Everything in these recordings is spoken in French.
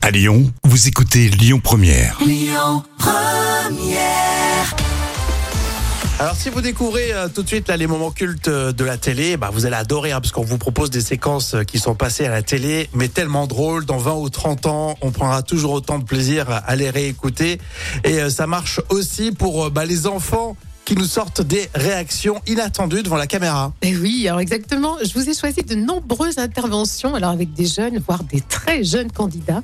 À Lyon, vous écoutez Lyon Première. Alors si vous découvrez euh, tout de suite là les moments cultes euh, de la télé, bah, vous allez adorer hein, parce qu'on vous propose des séquences euh, qui sont passées à la télé, mais tellement drôles. Dans 20 ou 30 ans, on prendra toujours autant de plaisir à les réécouter. Et euh, ça marche aussi pour euh, bah, les enfants qui nous sortent des réactions inattendues devant la caméra. Eh oui, alors exactement. Je vous ai choisi de nombreuses interventions, alors avec des jeunes, voire des très jeunes candidats.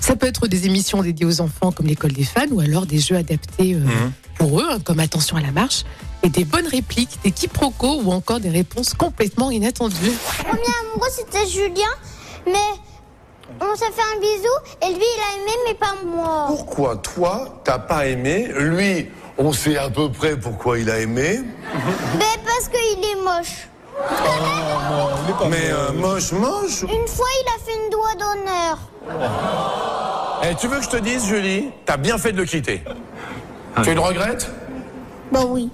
Ça peut être des émissions dédiées aux enfants comme l'école des fans ou alors des jeux adaptés euh, Mhm. pour eux, hein, comme Attention à la marche, et des bonnes répliques, des quiproquos ou encore des réponses complètement inattendues. amoureux, c'était Julien, mais on s'est fait un bisou et lui, il a aimé, mais pas moi. Pourquoi toi, t'as pas aimé Lui, on sait à peu près pourquoi il a aimé. Mais parce qu'il est moche. Mais euh, moche, moche. Une fois, il a fait une doigt d'honneur. Eh, tu veux que je te dise, Julie T'as bien fait de le quitter. Tu le regrettes Bah oui.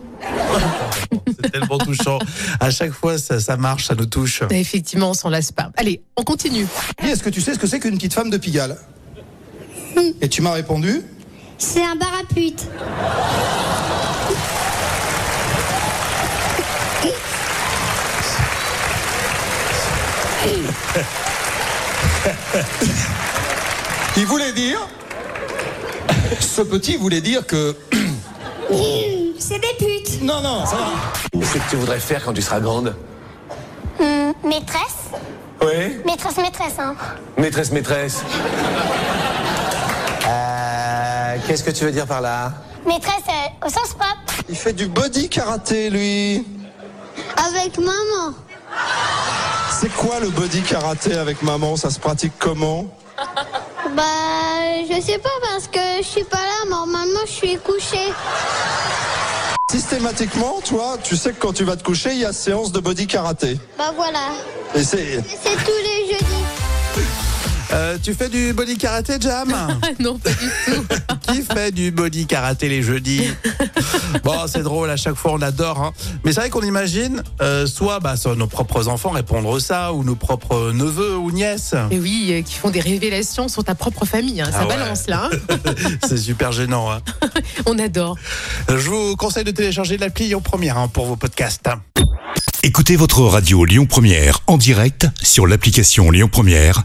C'est tellement touchant. À chaque fois, ça, ça marche, ça nous touche. Et Bah, effectivement, on s'en lasse pas. Allez, on continue. Dis, Est-ce que tu sais ce que c'est qu'une petite femme de Pigalle Et tu m'as répondu C'est un bar à pute. Il voulait dire. Ce petit voulait dire que. C'est des putes. Non, non, ça va. Ce que tu voudrais faire quand tu seras grande Maîtresse Oui. Maîtresse, maîtresse, hein. Maîtresse, maîtresse. Euh, Qu'est-ce que tu veux dire par là Maîtresse euh, au sens propre. Il fait du body karaté, lui. Avec maman. C'est quoi le body karaté avec maman Ça se pratique comment Bah, je sais pas parce que je suis pas là. Normalement, je suis couchée. Systématiquement, toi, tu sais que quand tu vas te coucher, il y a séance de body karaté. Bah voilà. Et c'est. C'est tous les jeudis. Euh, tu fais du body karaté, Jam Ah non, pas du tout. Qui fait du body karaté les jeudis Bon, c'est drôle, à chaque fois on adore. hein. Mais c'est vrai qu'on imagine euh, soit bah, soit nos propres enfants répondre ça, ou nos propres neveux ou nièces. Et oui, euh, qui font des révélations sur ta propre famille. hein. Ça Ah ouais. balance là. hein. c'est super gênant. hein. On adore. Je vous conseille de télécharger l'appli Lyon Première hein, pour vos podcasts. Écoutez votre radio Lyon Première en direct sur l'application Lyon Première,